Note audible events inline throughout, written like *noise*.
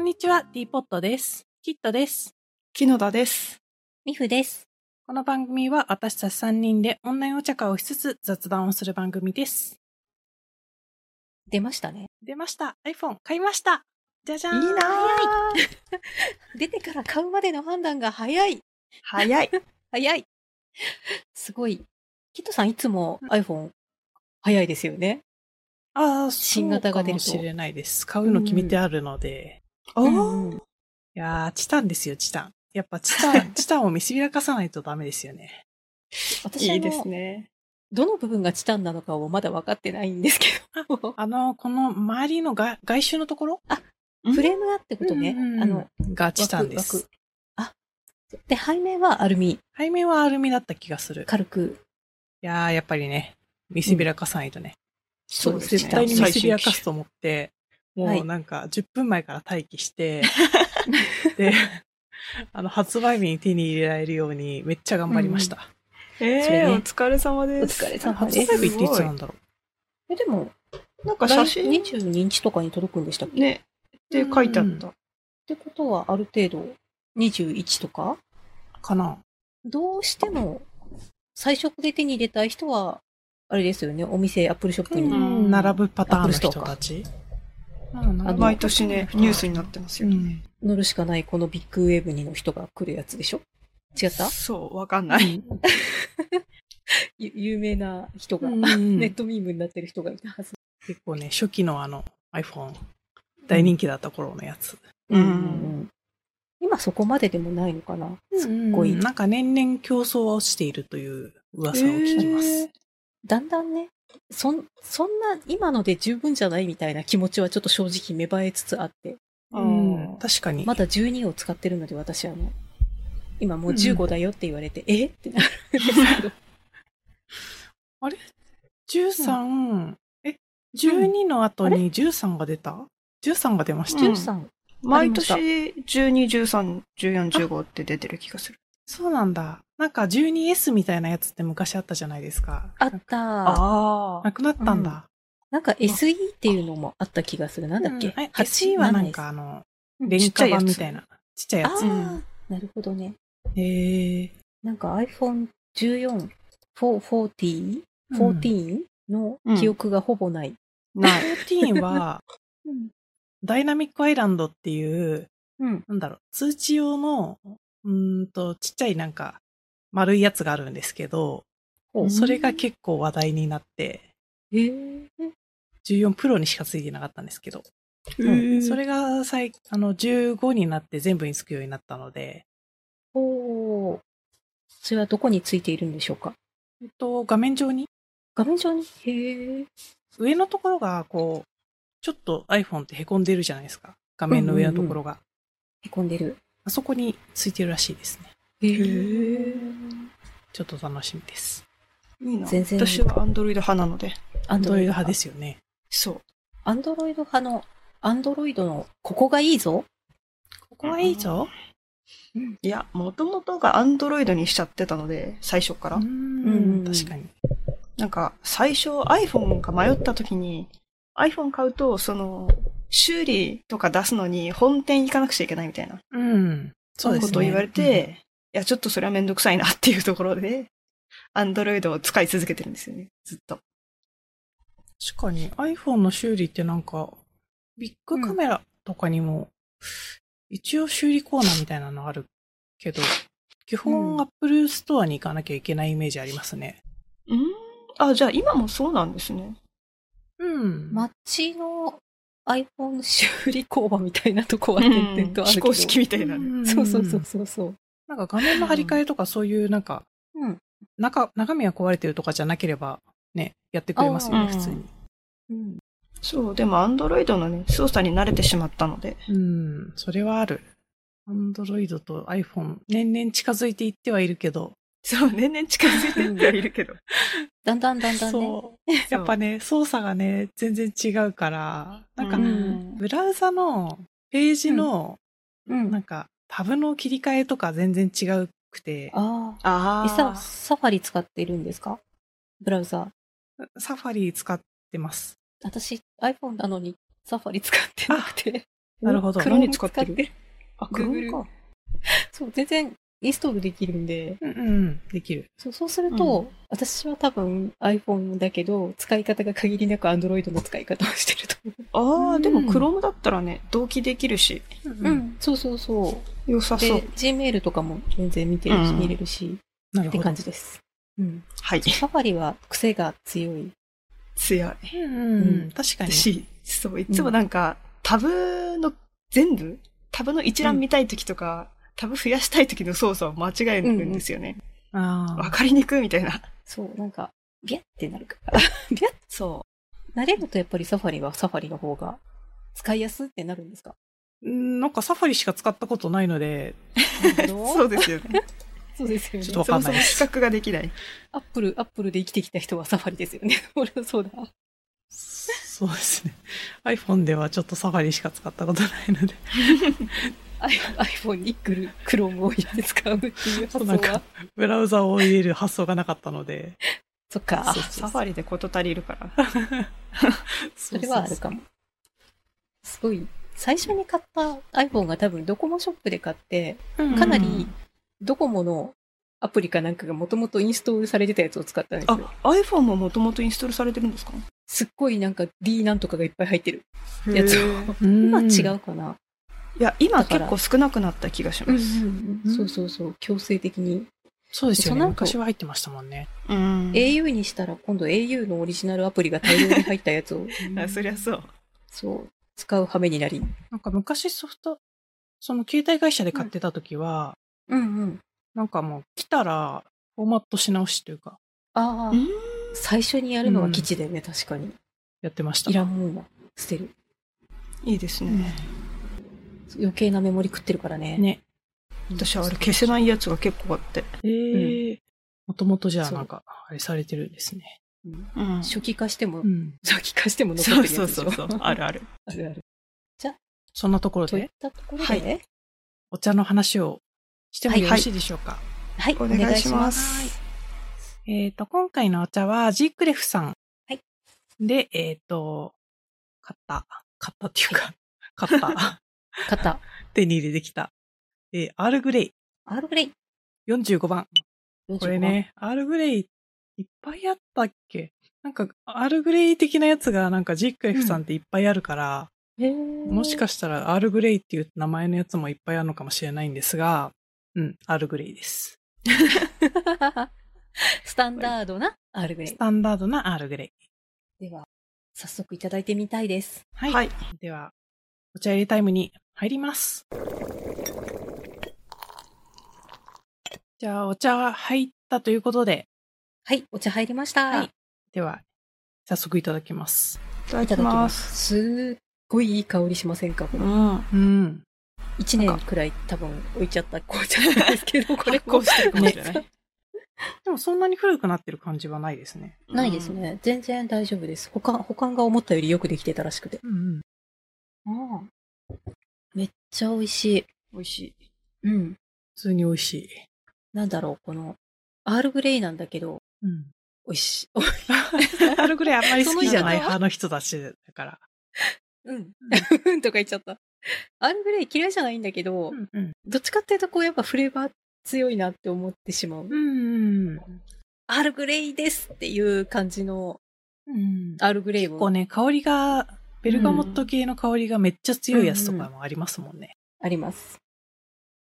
んにちは、ティーポットです。キットです。木野田です。ミフです。この番組は私たち3人でオンラインお茶会をしつつ雑談をする番組です。出ましたね。出ました。iPhone 買いました。じゃじゃーん。ー出てから買うまでの判断が早い。早い。早い。すごい。キットさんいつも iPhone 早いですよね。 *laughs* ああ、新型が出るとそうかもしれないです。買うの決めてあるので。おうんーいやー、チタンですよ、チタン。やっぱチタン、チタンを見せびらかさないとダメですよね。私いはいですもうね。どの部分がチタンなのかをまだ分かってないんですけど。あの、この周りのが外周のところフレームがってことね。うんあの、がチタンで枠す。。枠あ、で、背面はアルミ、背面はアルミだった気がする。軽く。いやー、やっぱりね、見せびらかさないとね。そうですね絶対に見最せびらかすと思って、はもういなんか10分前から待機 *laughs* して、で、あの、発売日に手に入れられるようにめっちゃ頑張りました。それえねー、お疲れ様おです。疲れ様発売です。日っていつなんだろえでも、なんか来写真22日とかに届くんでしたっけね、って書いてあっうた。ってことはある程度21とかうかなどうしても最初で手に入れたい人はあれですよねお店アップルショップうに、ん、並ぶパターンの人たち。うん並ぶ毎年ね、ニュースになってますうよね。ん乗るしかないこのビッグウェーブにの人が来るやつでしょ違ったそう、わかんない。ゆ有名な人が、うんネットミームになってる人がいたはず、結構ね、初期のあの iPhone、大人気だった頃のやつ。うんん今そこまででもないのかなすっごい、うんなんか年々競争は落ちているという噂を聞きます。えーだんだんねそんそんな今ので十分じゃないみたいな気持ちはちょっと正直芽生えつつあってあーうん、確かに。まだ12を使ってるので私はもう、今もううんう15んだよって言われて、えってなるんですけど。 13、え、12の後に13が出た ?13 が出ました、うん13、毎年、12、13、14、15って出てる気がする。そうなんだ。なんか 12S みたいなやつって昔あったじゃないですか。あったー。あなくなったんだ。なんか SE っていうのもあった気がする。なんだっけ、うんえ、八 SE はなんかあの、ー廉価版みたい。な。ちっちゃいあやつ。あー、なるほどね。へえ。なんか iPhone14、440?14、うん。 14の記憶がほぼない。 *laughs* ない。 14は、うん。ダイナミックアイランドっていう、うん。なんだろう、通知用の、うーんと、ちっちゃいなんか、丸いやつがあるんですけど、うんそれが結構話題になって、えー、 14プロにしかついてなかったんですけど、うんそれが最、あの、15になって全部につくようになったので、おーそれはどこについているんでしょうかえっと、画面上に、画面上にへー上のところが、こう、ちょっと iPhone って凹んでるじゃないですか。画面の上のところが。へこんでる。あそこについてるらしいですね。へちょっと楽しみです。いいな。全然私はアンドロイド派なので。アアンンドドロロイイド派ド派でです。すよね。そう。アンドロイド派の、アンドロイドのここがいいぞ。ここはいいぞ。いや、もともとがアンドロイドにしちゃってたので、最初から。うん、うん確かに。なんか、最初 iPhone が迷った時に、iPhone 買うと、その、修理とか出すのに本店行かなくちゃいけないみたいな、うん。そうですね。ことを言われて、いや、ちょっとそれはめんどくさいなっていうところで、Android を使い続けてるんですよね、ずっと。確かに iPhone の修理ってなんか、ビッグカメラとかにも、一応修理コーナーみたいなのあるけど、基う本ん Apple ストアに行かなきゃいけないイメージありますね。うんあ、じゃあ今もそうなんですね。うん。街の iPhone 修理工場みたいなとこは点々とあるけど。非公式みたいなね。んそうそうそう。そうそう。なんか画面の張り替えとかそういうなんか、うん。中、中身が壊れてるとかじゃなければ、ね、やってくれますよね、あー普通に。うん。そう、でも Android のね、操作に慣れてしまったので。うん、それはある。Android と iPhone、年々近づいていってはいるけど、そう、年々近づいてってはいるけど。だんだんだんだんね。そう。 *laughs* やっぱね、操作がね、全然違うから、なんか、うんブラウザのページの、うなんん。か、タブの切り替えとか全然違うくて、あああ。え、さ、サファリ使ってるんですかブラウザー。サファリ使ってます。私、iPhone なのにサファリ使ってなくて。なるほどクローム何使ってるあ、クロームか。そう、全然インストールできるんで、うんうん、できる。そうそうすると、うん私は多分 iPhone だけど、使い方が限りなく Android の使い方をしてると思あうあ、んでもクロームだったらね、同期できるし、うう。。そうそうそう。良さそうで。、Gmail とかも全然見てるし、うん見れるし、なるってほど感。じです。うん。はい。サファリは癖が強い。強い。うんううんん、確かに。私、そう、いつもなんか、タブの全部、タブの一覧見たいときとか、タブ増やしたいときの操作を間違えるんですよね。あわあ。かりにくいみたいな。そう、なんか、ビャってなるから。 *laughs* ビャそ慣れるとやっぱりサファリはサファリの方が使いやすってなるんですかうんなんかサファリしか使ったことないので、う。そうですよ *laughs* ね。そうですよね。ちょっそとわかもんなそいもです比較ができない。アップル、アップルで生きてきた人はサファリですよね。 *laughs* 俺はそうだ。そうですね。iPhone ではちょっとサファリしか使ったことないので、 i- iPhone にクルクロームを入れて使うっていう発そう想なんはか。、ブラウザを入れる発想がなかったので、そっかあ。サファリでこと足りるから。そそれはあるかも。すごい。最初に買った iPhone が多分ドコモショップで買って、もかなりドコモのアプリかなんかがもともとインストールされてたやつを使ったんですよ。あ、iPhone ももともとインストールされてるんですかすっごいなんか D なんとかがいっぱい入ってる。へーやつ今違ううかな。いや、今だから結構少なくなった気がします。うんそうそうそう。強制的に。そうですよそねの後昔は入ってましたもんねうん au にしたら今度 au のオリジナルアプリが大量に入ったや *laughs* つを、あそりゃそう。そう、使う羽目になり。なんか昔ソフトその携帯会社で買ってた時は、うんうん。なんかもう来たらフォーマットし直しというかああ、最初にやるのは基地だよね、確かに。やってましたいらんもんは捨てる。いいですうね。ん余計なメモリ食ってるからね。ね私はあれ消せないやつが結構あって。えーもともとじゃあそうなんかあれされてるんですねうんうん初期化しても、ん初期化しても残っそうてるそやうつでしそょ。うそう。あるある。あるある。そんなところといっでたところで、ははい、お茶の話をしてもはいよろしいでしょうか、おお願願いいししまますす。。えっ、と今回のお茶はジークレフさん、はい、でえっ、と買った買ったっていうか買った肩、手に入れてきた、えーアールグレイ R グレイ。 45番。 45これ。ね、アールグレイいっぱいあったっけなんか、アールグレイ的なやつがなんかジック F さんっていっぱいあるから、へーもしかしたらアールグレイっていう名前のやつもいっぱいあるのかもしれないんですが、うん、アールグレイです。 *laughs* スタンダードな R グレスイ。タンダードなアールグレイ。では、早速いただいてみたいです。はい。はい。では、お茶入れタイムに入ります。じゃあ、お茶入ったということで、はい、お茶入りました。はいい、では、早速いただきます。いただたきだきまます。す。すっごいいい香りしませんかこうれん。うん。一年くらい多分置いちゃった紅茶なんですけど、これ発酵してるかもしれないね。でもそんなに古くなってる感じはないですね。 *laughs* ないですね。全然大丈夫です。保管、保管が思ったよりよくできてたらしくて。うんめっちゃ美味しうん。美味しい。い。うん。普通に美味しい。なんだろう、この、アールグレイなんだけど、 *laughs* うん。美味しい。アールグレイあんまり好きじゃないその人は派の人たちだから。うん。うんとか言っちゃった。アールグレイ嫌いじゃないんだけど、うんうん。どっちかっていうとこうやっぱフレーバー強いなって思ってしまう。うん。アールグレイですっていう感じのうん。アールグレイ結も構ね、香りが、ベルガモット系の香りがめっちゃ強いやつとかもありますもんね。あります。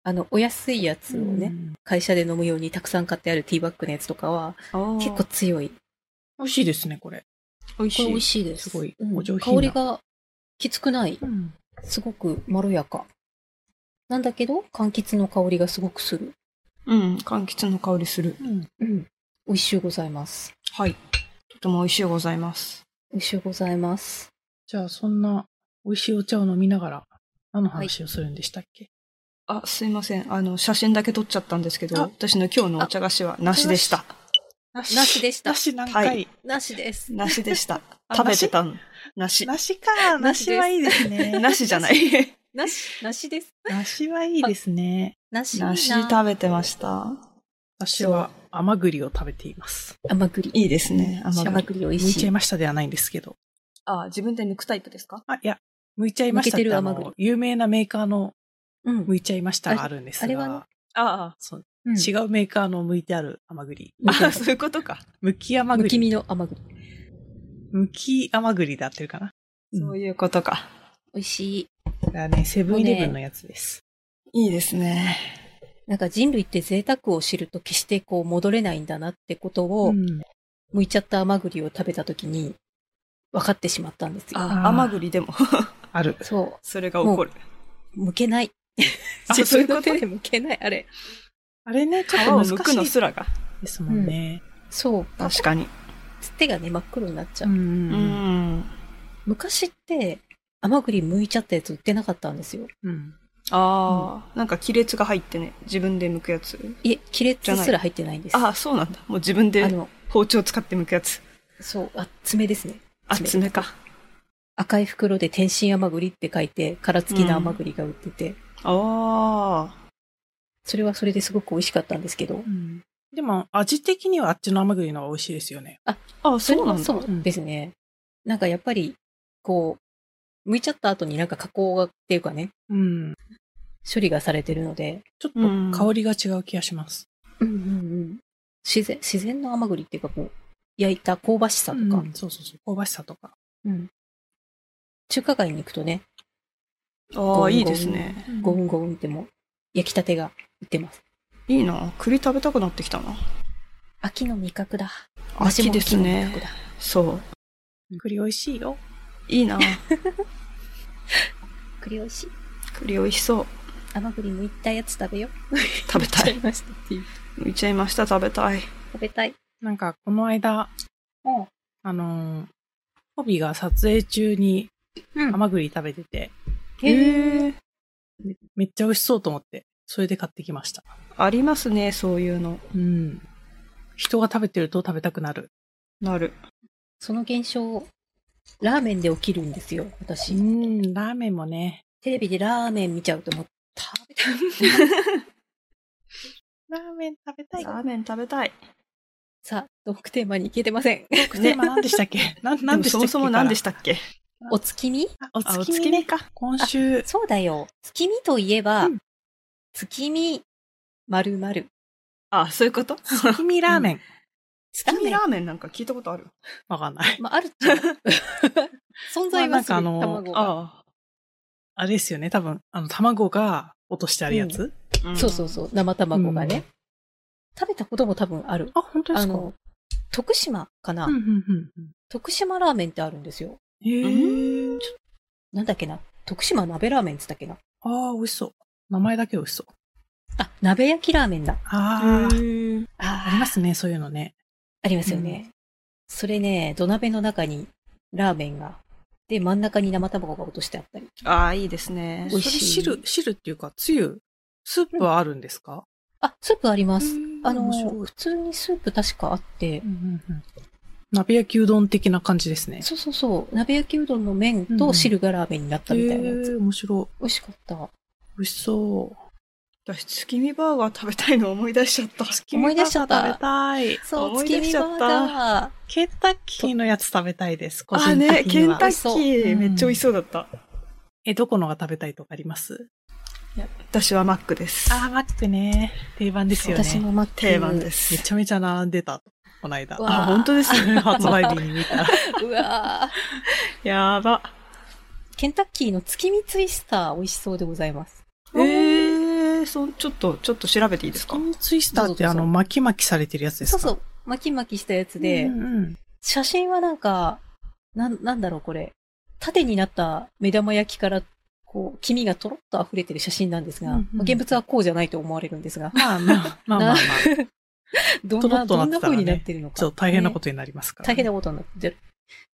あの、お安いやつをね、ん。会社で飲むようにたくさん買ってあるティーバッグのやつとかは、結結構強い。こ美味しいですね、これ。美味れし美い味。しいです。すごいうんお上香品なりがきつくない。ん。すごくまろやか。なんだけど、柑橘の香りがすごくする。うん。柑橘の香りする。うん。うん。美味しゅうございます。はい。とても美味しいございます。美味しゅうございます。じゃあ、そんな美味しいお茶を飲みながら、何の話をするんでしたっけ、あ、すいません。あの、写真だけ撮っちゃったんですけど、あ私の今日のお茶菓子はなしでした。ななしでしたなし何回、はいなしです。なしでした。あ食べてたの。なし。なしか。ななししですはいいです *laughs* ね。なしじゃない。。なし、なしです。なしはいいですね。なしいいななし食べてました。私は甘栗を食べています。甘栗。いいですね。甘甘栗。栗美味抜いしちゃいい。ましたではないんですけど。あ、自分で抜くタイプですかあ、いや、向いちゃいましたっ向けてるてあ甘の栗有名なメーカーのうん向いちゃいましたがあるんですがあれはねあそううん違うメーカーの向いてある甘栗。向 *laughs* きあ、そういうことか。むき甘むき栗。身の甘栗。むき甘栗で合ってるかな。うんそういうことか。美味しい。これはね、セブンイレブンのやつです。いいですね。なんか人類って贅沢を知ると決してこう戻れないんだなってことを、うん剥いちゃった甘栗を食べた時に分かってしまったんですよ。ああー、甘栗でも、 *laughs* ある。そそれが起こる。う。剥けない。あ自そうい分うこのと手で剥けない。あれ。あれね、ちょっ皮とを難し剥くのいすらが。ですもんね。そう。確かに。手がね、真っ黒になっちゃうう。んううんん。昔って、甘栗剥いちゃったやつ売ってなかったんですよ。うん。ああ、なんか亀裂が入ってね、自分で剥くやつ。いえ、亀裂すら入ってないんです。ああ、そうなんだ。もう自分あでの、包丁使って剥くやつ。そう、あ、爪ですね。あ、爪爪か。赤い袋で天津甘栗って書いて、殻付きの甘栗が売ってて、ああ。それはそれですごく美味しかったんですけど、でも、味的にはあっちの甘栗の方が美味しいですよね。あそれそうなはんだ。そうですね。なんかやっぱり、こう、剥いちゃった後になんか加工がっていうかね、うん。処理がされてるので、ちょっと香りが違う気がします。自然、自然の甘栗っていうかこう、焼いた香ばしさとか、うんそうそうそう。香ばしさとか。うん中華街に行くとね、ああ、いいですね。ゴウンゴウンってもう焼きたてが売ってます。いいな。栗食べたくなってきたな。秋の味覚だ。秋です私も秋の味ね。覚だそう。栗美味しいよ。いい *laughs* な。栗美味しい。栗美味しそう。甘栗剥いたやつ食べよう。食べた剥い。いちゃましたっていう剥いちゃいました。食べたい。食べたい。なんか、この間、うん。あのーホビーが撮影中にうん甘栗食べてて、へえ。めっちゃ美味しそうと思って、それで買ってきました。ありますね、そういうの。うん。人が食べてると食べたくなる。なる。その現象、ラーメンで起きるんですよ、私。うん、ラーメンもね。テレビでラーメン見ちゃうともう食べたい。 *laughs* ラーメン食べたラーメン食べたい。さあ、トークテーマに行けてません。 *laughs* テーマ何でしたっけなで何もでしたそっけもそも何でしたっけお月見たおあ、お月月見見ね。か。今週、そうだよ。月見といえば、うん月見、まるまる。あ、そういうこと月見ラーメン。月見ラーメンなんか聞いたことあるわかんない。まあ、あるっ *laughs* ちゃ存まあ在はする、なんかあの卵がああれですよね、多分、あの、卵が落としてあるやつ。あ、んそうそうそう、生卵がね。うん食べたことも多分ある。あ、本当であすかの、徳島かな、うん、うん、うんうん。徳島ラーメンってあるんですよ。へえ。なんだっけな徳島鍋ラーメンって言ったっけなああ、美味しそう。名前だけ美味しそう。あ、鍋焼きラーメンだ。ああ、へえありますね、そういうのね。ありますよね。それね、土鍋の中にラーメンが。で、真ん中に生卵が落としてあったり。ああ、いいですね美。味しいそれ汁、汁っていうか、つゆ、スープはあるんですか、あ、スープあります。うんあの面白い、普通にスープ確かあってう、んうんうん鍋焼きうどん的な感じですね。そうそうそう、鍋焼きうどんの麺うんうとん汁がラーメンになったみたいなやつ。へえ面白い。美味しかった。美味しそう。私、月見バーガー食べたいの思い出しちゃった。月見思い出しちゃった食べたい。そう、思い月出し見ちバゃっーたガー。ケンタッキーのやつ食べたいです。個あ人ね、的ケにンは。タ美味しッそうキー、うんめっちゃ美味しそうだった。え、どこのが食べたいとかあります私はマックです。あー、マックね。定番ですよね。私も待ってる。。定番ですめす。ちゃめちゃ並んでた、この間。うわあ、本当ですね。発売日に見たら。うわー *laughs* やば。ケンタッキーの月見ツイスター美味しそうでございます。えー、そんちょっと、ちょっと調べていいですかキンツイ *laughs* スターってあどうぞどうの、ぞ巻き巻きされてるやつですそかうそうう、巻き巻きしたやつで、で、ん写真はなんか、なん、なんだろうこれ。縦になった目玉焼きから、こう、黄身がとろっと溢れてる写真なんですが、うんうんまあ現物はこうじゃないと思われるんですが、まあまあ、まあまあまあ、 *laughs* どんとろな、っとどなっんてたらねな風になってるのか。、ちょっと大変なこととになりますから、大変だ。なことになってる。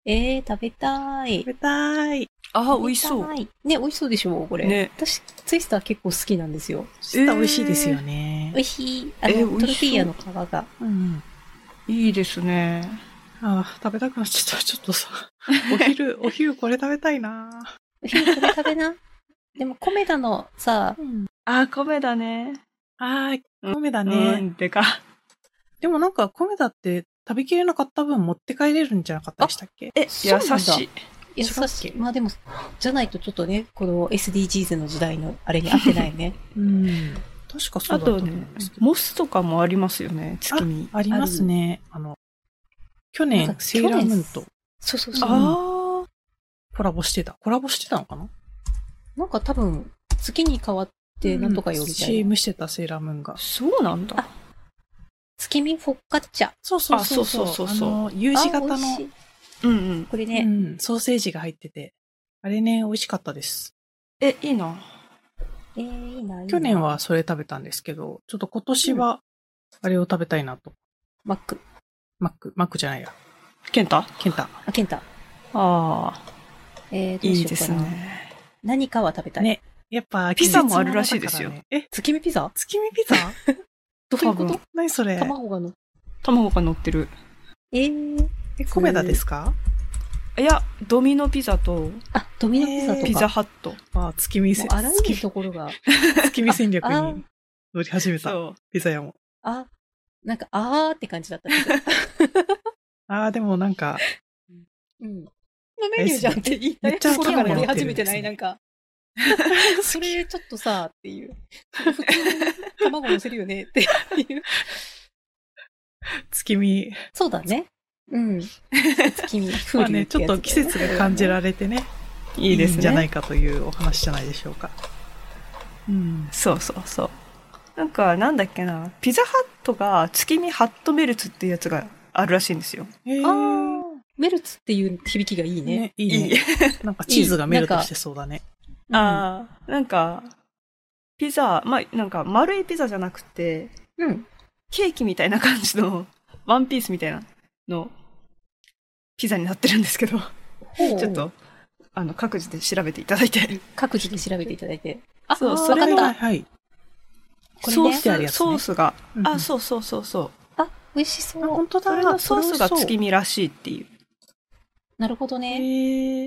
えー、食べたい食。べたい。あ、美美味しそう。。ね、美味しそうでしょ、これ。ね私、ツイスター結構好きなんですよ。ツイスター美味しいですよね。美味しい。あえの、美味しそうトルティーヤの皮が。うんいいですね。うん。あー食べたくなっちゃった。ちょっとさ、お昼、お昼これ食べたいなお昼これ食べな。でも、コメダのさ、あ、米だね。ああ、米だね、ね。でか。でもなんか米だって食べきれなかった分持って帰れるんじゃなかったでしたっけえ、そう優なんだしい。優違うっしけい。まあでも、じゃないとちょっとね、この SDGs の時代のあれに合ってないね。うん。確かそうだあったとと思うねんですけ、ど。モスとかもありますよね、月に。ありますね。あの、去なん年、かセーラームーン去と *laughs* そうそうあそう。ああ、コラボしてた。コラボしてたのかななんか多分、月に変わってなんとかよみたいな。 CM してたセーラームーンが。そうなんだ。月見フォッカッチャ。そうそうあそうそう。そうそうそうそうあの、U 字型あ美の味、しいうんうん。これうね、ん、ソーセージが入ってて。あれね、美味しかったです。え、いいな。えー、いいな、いいな去年はそれ食べたんですけど、ちょっと今年は、あれを食べたいなと。マック。マック、マックじゃないや。ケンタあケンタ。あ、ケンタ。あえー、ー、どういしいよでうすかな。ね。何かは食べたい。ね。やっぱ、ピザもあるらしいですよ季節物だからねえ、月見ピザ月見ピザドといハうことブ、何それ *laughs* 卵がの。卵が乗ってる。えー、え、コメダですかいや、ドミノピザとあ、ドミノピザとか。えーピザハット。あ、月見もせ、うあらゆる月ところが。月見戦略ああーに乗り始めた。そう。ピザ屋も。あ、なんか、あーって感じだったけど。 *laughs* ああ、でもなんか、うん。のメニューじゃんって言いためいっちゃところが出頭に始めてない、乗なってるんか。それちょっとさ、っていう。普通の卵乗せるよね、っていう。月見、そうだね。うん。月見、風まあ鈴ね、ってちょっやつだよねと季節が感じられてね、いいですんじゃなね。いかというお話じゃないでしょうか。うん。そうそうそう。なんか、なんだっけな。ピザハットが月見ハットメルツっていうやつがあるらしいんですよ。へあーーメルツっていう響きがいいね。ね、いいね。なんかチーズがメルトしてそうだね。うんああ、なんか、ピザ、まあ、なんか丸いピザじゃなくて、うん。ケーキみたいな感じの、ワンピースみたいなの、ピザになってるんですけど、ほうちょっと、あの、各自で調べていただいて。各自で調べていただいて。あ、そうわそれかっは、た。はい。これソねーしてあるやつス、ねソースが、うんあ、そうそうそうそう。あ、美味しそあう。本当だ。それが、ソースが月見。見らしいっていう。なるほどね。へー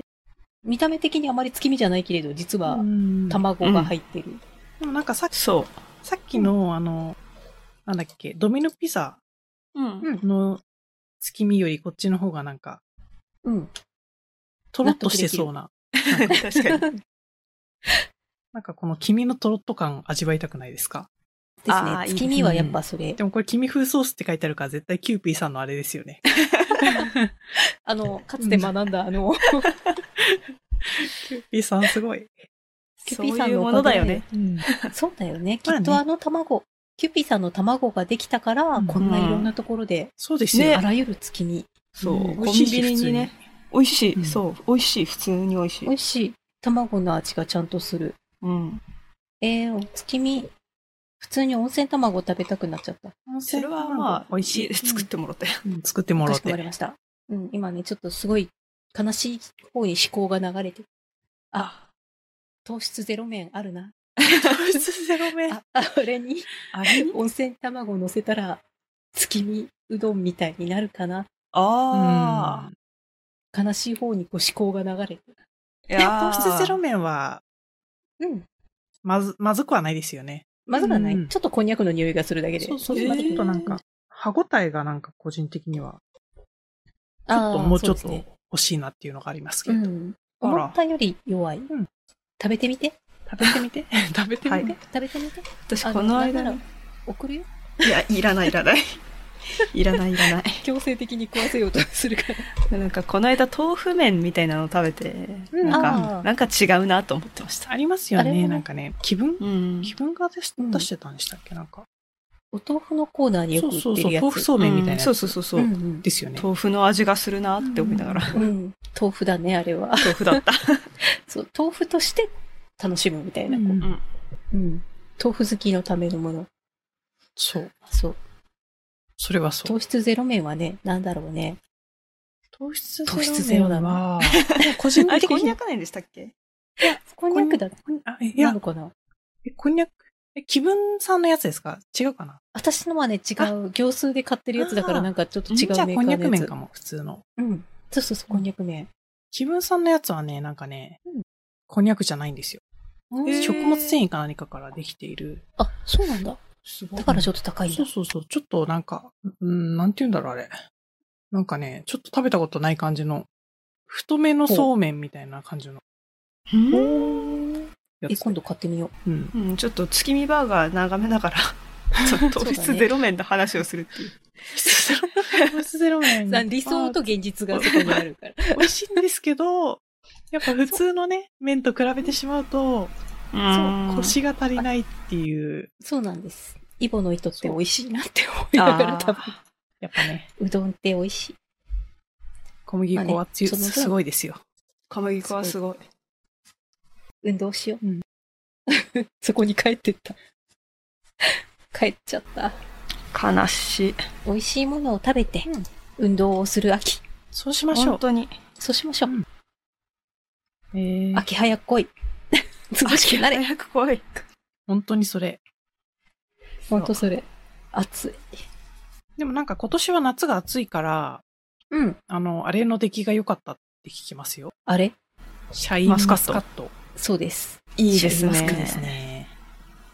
見た目的にあまり月見じゃないけれど、実はうん卵が入ってる。でもなんかさっき、そさっきの、あの、なんだっけ、ドミノピザう。うんうんの月見よりこっちの方がなんか、うん。とろっとしてそうな。 *laughs* 確か *laughs* に。なんかこの黄身のとろっと感味わいたくないですかですあね。ーいいです月見はやっぱそれ。でもこれ黄身風ソースって書いてあるから絶対キューピーさんのあれですよね。あの、かつて学んだ、あの、キューピーさんすごい。キュそーうピーさんいうのおもかのげだでよね。うん。そうだよね。きまあっねとあの卵、キューピーさんの卵ができたからう、んこんないろんなところで、そうですよ。ねあらゆる月見。そう。うんコンビニにね。美味しうんい。そう。美味しい。普通に美味しい美。味しい。卵の味がちゃんとする。うん。えー、月見。普通に温泉卵食べたくなっちゃった。それはまあ、美味しい。作ってもらって。うん作ってもからっしこまりて。ました。うん、今ね、ちょっとすごい悲しい方に思考が流れて。あ、糖質ゼロ麺あるな。糖質ゼロ麺。 *laughs* あ、あれにあれ温泉卵乗せたら、月見うどんみたいになるかな。ああ。悲しい方にこう思考が流れて。いうんやー糖質ゼロ麺は、うん。まず、まずくはないですよね。まずはない、うんちょっとこんにゃくの匂いがするだけで。そうそうえそう。ーちょっとなんか、歯ごたえがなんか個人的には、ちあょっとーもうちょっそとうです欲ねしいなっていうのがありますけうど。ん。あら思ったより弱い。ん食べてみて。食べてみて。 *laughs* 食べてみて。食べてみて。私あこの間なんになら送るよ。いや、いらない、いらない。いらない、いらない。強制的に食わせようとするから。なんか、この間、豆腐麺みたいなの食べて、うんなんあーか、なんか違うなと思ってました。ありますよあれもね。ねなんかね、気分、うん。気分が出しうん出してたんでしたっけなんか。お豆腐のコーナーによそくう売っそうてそう。るやつ。豆腐そうめんみたいなそやうつそうそうそう、うんうんですよね。豆腐の味がするなって思いながら、ううん、豆腐だね、あれは。 *laughs* 豆腐だった。そう、豆腐として楽しむみたいな。こううんうん。豆腐好きのためのもの。そう。そう。それはそう。糖質ゼロ麺はね、なんだろうね。糖質糖質ゼロだは、個人あれ、的こんににゃ。く麺でしたっけこんにゃくだっあえいなやの、かなえこんにゃく、え気分さんのやつですか違うかな私のはね、違う。行数で買ってるやつだかあら、ーなんかちょっと違うメーじカゃあーのやつ。こんにゃく麺かも、普通の。うん。そうそうそう、こんにゃく麺。気分さんのやつはね、なんかね、うんこんにゃくじゃないんですよ。へー食物繊維か何かからできている。あ、そうなんだ。すごだからちょっと高いんそだう。そうそう。ちょっとなんか、うん、なんて言うんだろう、あれ。なんかね、ちょっと食べたことない感じの太めのそうめんみたいな感じのうん。やつ。え、今度買ってみよう。 *laughs* うん。うん、ちょっと月見バーガー眺めな *laughs* がら、ちょっそとうだね糖質ゼロ面の話をするっていう。ゼロ麺さ理想と現実がそこにあるから。美味しいんですけど、やっぱ普通のね、麺と比べてしまうと、そう、腰が足りないっていう、そうなんです。イボの糸って美味しいなって思いながら食べあやっぱね、うどんって美味しい。小麦粉まあはね強、その分すごいですよ。小麦粉はすごい。運動しよう。うん *laughs* そこに帰ってった。帰っちゃった。悲しい。美味しいものを食べて、うん運動をする秋。そうしましょ本う。当に。そうしましょう。うんえー秋早く *laughs* 来い。涼しくなれ。早く来い。本当にそれ。本当それ。暑い。でもなんか今年は夏が暑いから、うん。あの、あれの出来が良かったって聞きますよ。あれシャインマスカット。マスそうです。いいですシャインマスカットでね。すね。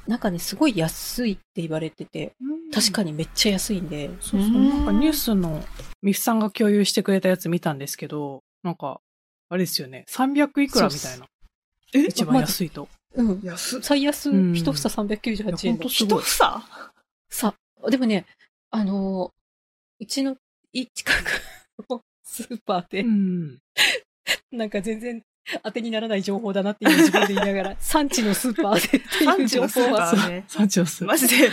なんかね、すごい安いって言われてて、確かに。にめっちゃ安いんで、そうそうう。んなんかニュースのミフさんが共有してくれたやつ見たんですけど、なんか、あれですよね。300いくらみたいな。え一番安いと。うん。安っ。最安、うん一房398円いやほんとの。す一ごい房さ、でもね、あのーうちのい近くのスーパーで、うん。なんか全然当てにならない情報だなって今自分で言いながら、産地のスーパーでっていう産地情のスー報パはーね。サンチョス。 *laughs* マジで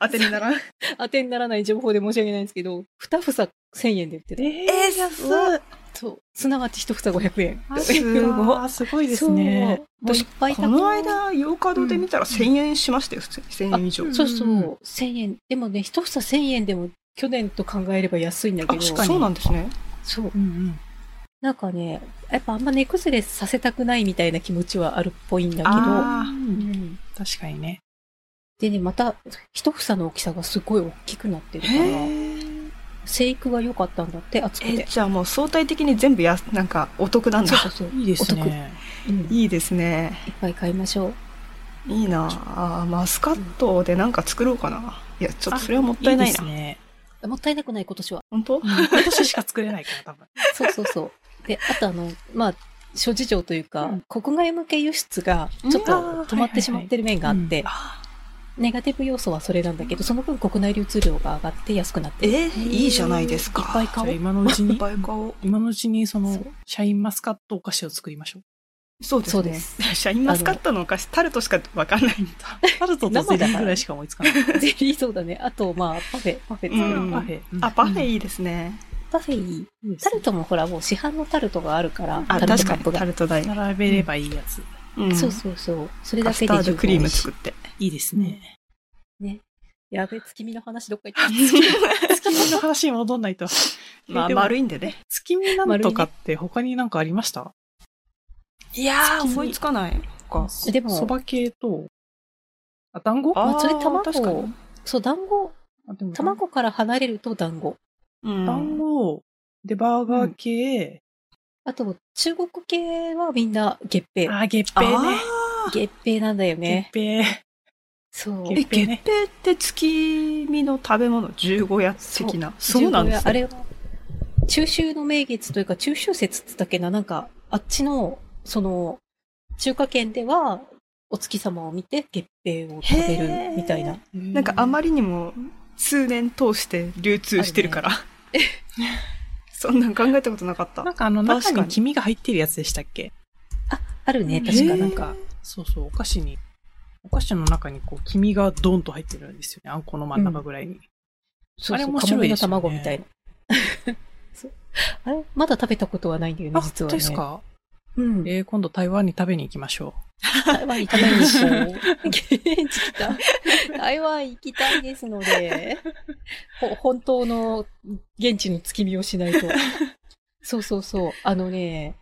当てにならん。当てにならない情報で申し訳ないんですけど、二房1000円で売ってて、ええー安うわそう、すなわち一房500円。す *laughs* ごいい。すごいですね。そう。もういっぱいこの間、ヨーカドで見たら1000円しましたよ、普通に。1000円以上あ。そうそううん、 1000円。でもね、一房1000円でも去年と考えれば安いんだけど、あ、そうなんですね。そう。うんうん。なんかね、やっぱあんま値崩れさせたくないみたいな気持ちはあるっぽいんだけど、あうん確かにね。でね、また一房の大きさがすごい大きくなってるかへら、ー生育が良かったんだって、厚くえ、て。じゃあもう相対的に全部や、なんかお得なんそうだ。そうそう。いいですね。うんいっいいですね。ぱい買いましょう。いいなあーマスカットでなんか作ろうかな。いや、ちょっとそれはもったいないですな。ね。もったいなくない今年は。本当今年しか作れないから、多分。そうそうそう。で、あとあの、まあ、諸事情というか、うん国外向け輸出がうんちょっとあー止まってしまってる面があって、はいはいネガティブ要素はそれなんだけど、その分国内流通量が上がって安くなってる。え、いいじゃないですか。いっぱい買おじゃあう。今のうちいにっ、ぱい買おう。今のうちに、そそのう、シャインマスカットお菓子を作りましょう。そうですそうね。でシャインマスカットのお菓子、タルトしかわかんないんだ。タルトとゼリーぐらいしか思いつかない。 *laughs* ゼリーそうだね。あと、まあ、パフェ、パフェ作る。うんパフェ。うんあ、パフェいいですね。パフェいい。いいですタねルトもほら、もう市販のタルトがあるから、あ、タル確トカッかにプタが。ルトだよ。並べればいいやつ。うんそうそうそう。それだカけでスター十ド分クリーム美味しい作って。いいですね。やべ、月見の話どっか行った。 *laughs* 月見の話に戻んないと。まあ、でも丸いんでね。月見なんとかって他になんかありましたいやー思いつかないか。でもそば系と、あ、団子まあそれー卵確かにそう、団子、あでも卵から離れると団子。うん団子、で、バーガー系、あと、中国系はみんな月餅。あ、月あ餅ね。月餅なんだよね。月餅。そう。ーえ、月餅月ね餅って月見の食べ物、十五夜的な。そう十なん五で夜すあね。れは、中秋の名月というか、中秋節ってだけな、なんか、あっちの、その、中華圏では、お月様を見て月餅を食べへーるみたいな。ななんかあまりにも数年通して流通してるから。 *laughs* そんなん考えたことなかったなん。かあの確か中にに黄身が入ってるやつでしたっけあるね、うん確かへーななんんか。か、そうそう、お菓子に、お菓子の中にこう黄身がドンと入ってるんですよね。あんこの真ん中ぐらいに。そうあれそ面う、カモ白メいのですよね卵みたいな。 *laughs* そうあれまだ食べたことはないんだよね、あ、本当実は、ね。ですかうん。えー、今度台湾に食べに行きましょ台湾に食べに行こう。現地来た。台湾行きたいですので、ほ本当の現地の月見をしないと。そうそうそう。あのね、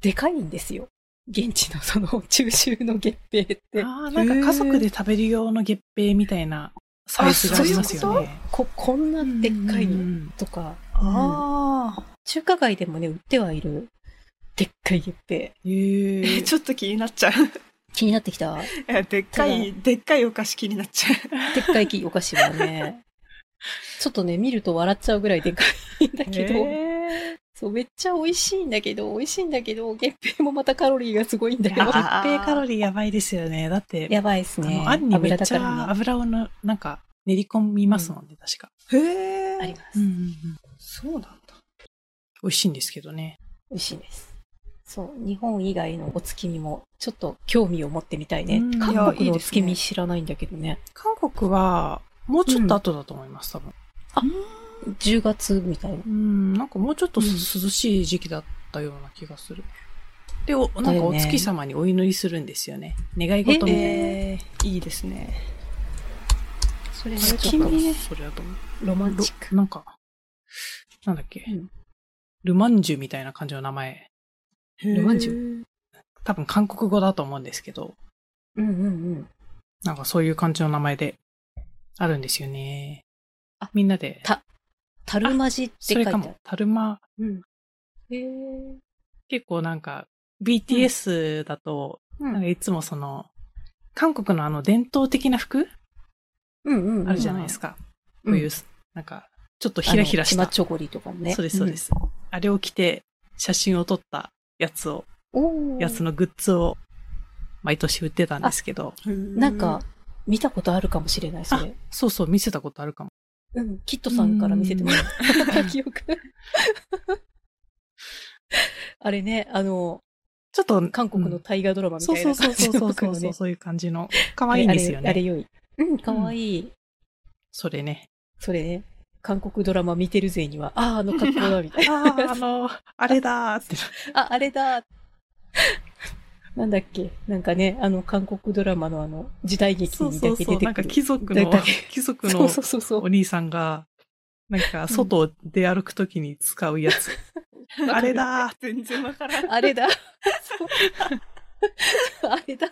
でかいんですよ。現地のその中秋の月餅っう。て。ああ、なんか家族で食べる用の月餅みたいなサイズがありますよね。こ、こんなでっかいうんうのんとか、ああ。中華街でもね、売ってはいる。でっかい月う餅。ん。ええーー、*laughs* ちょっと気になっちゃう。気になってきた。いやでっかい、でっかいお菓子気になっちゃでっかいきお菓子 *laughs* はね、ちょっとね、見ると笑っちゃうぐらいでかいんだけど、えそう、めっちゃ美味しいんだけど、美味しいんだけど、月餅もまたカロリーがすごいんだいや、よあ。一平カロリーやばいですよね。だって、やばいっすあね。の、あんにめっ油だちからゃね。油をの、なんか、練り込みますもんね、確か。へありえ。ます。うんう美んうんそうなんだ。美味しいんですけどね。味しいです。そう、日本以外のお月見も、ちょっと興味を持ってみたいねうん。い韓やい国いのおですね月見知らないんだけどね。韓国は、もうちょっと後だと思います、多分。 10月みたいな。うん、なんかもうちょっとすうん涼しい時期だったような気がする。で、おなだんかよおね月様にお祈りするんですよね。願い事みたいな。えー、いいですね。それもーちょっ月見ねそれだと思う。とロマンチック。なんか、なんだっけ、うんルマンジュみたいな感じの名前、ロマンチッュ多分韓国語だと思うんですけど、うんうんうん。なんかそういう感じの名前であるんですよね。あみんなで、たタルマジってそ書いれてかあるも。、タルマ、うん。へえ。結構なんか、BTS だと、うんなんかいつもその、韓国のあの伝統的な服うんうんうん。あるじゃないですか。うんこういう、なんか、ちょっとヒラヒラしあのチマた。チョゴリとかもね。そうです、そうで。す、あれを着て、写真を撮ったやつを、おお。やつのグッズを、毎年売ってたんですけど、なんか、、見たことあるかもしれない、それ。そうそう、見せたことあるかも。 *laughs* うん。キットさんから見せてもらった記憶。 *laughs* あれね、あの、ちょっと、韓国の大河ドラマみそたういそなうそうそ感じうそのうそう僕のそうねそういう感じの可愛いんですよあれね。あれ良い。うん、かわいい。それね。それね、韓国ドラマ見てるぜには、ああ、あの格好だ、みたいな。ああ、あの、 *laughs* あれだーって。 *laughs* あ、あれだ。なんだっけなんかね、あの、韓国ドラマのあの、時代劇そうにそだうけそ出う。てなんくかる。貴族出のてくる、貴族そうのそうそうそうお。兄さんが、なんか外で歩くときに使うや *laughs* つ。あれだー全然わからん。*laughs* あれだ。そうあれだ。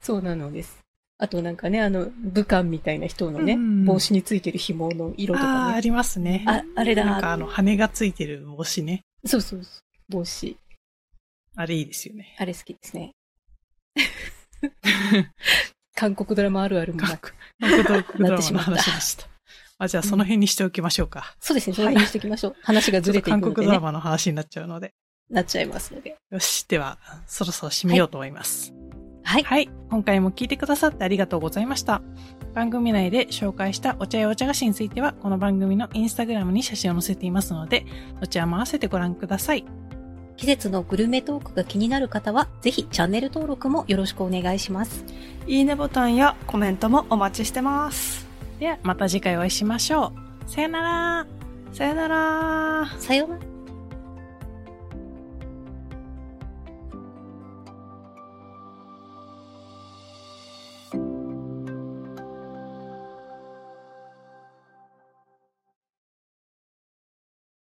そうなのです。あとなんかね、あの、武漢みたいな人のね、うん帽子についてる紐の色とああー、かあね。りますね。あ、あれなんかあだ。の、羽がついてる帽子ね。そうそうそう。帽子。あれいいですよね。あれ好きですね。韓国ドラマあるあるもなく。韓国ドラなってマしのまった話でした。あじゃあ、その辺にしておきましょうか。そうですね、その辺にしておきましょう。話がずれていく韓の国で、ドラね、マの話になっちゃうので。なっちゃいますので。よし、では、そろそろ締めようと思います。はい。はい。今回も聞いてくださってありがとうございました。番組内で紹介したお茶やお茶菓子については、この番組のインスタグラムに写真を載せていますので、そちらも合わせてご覧ください。季節のグルメトークが気になる方は、ぜひチャンネル登録もよろしくお願いします。いいねボタンやコメントもお待ちしてます。では、また次回お会いしましょう。さよならさよならさようなら。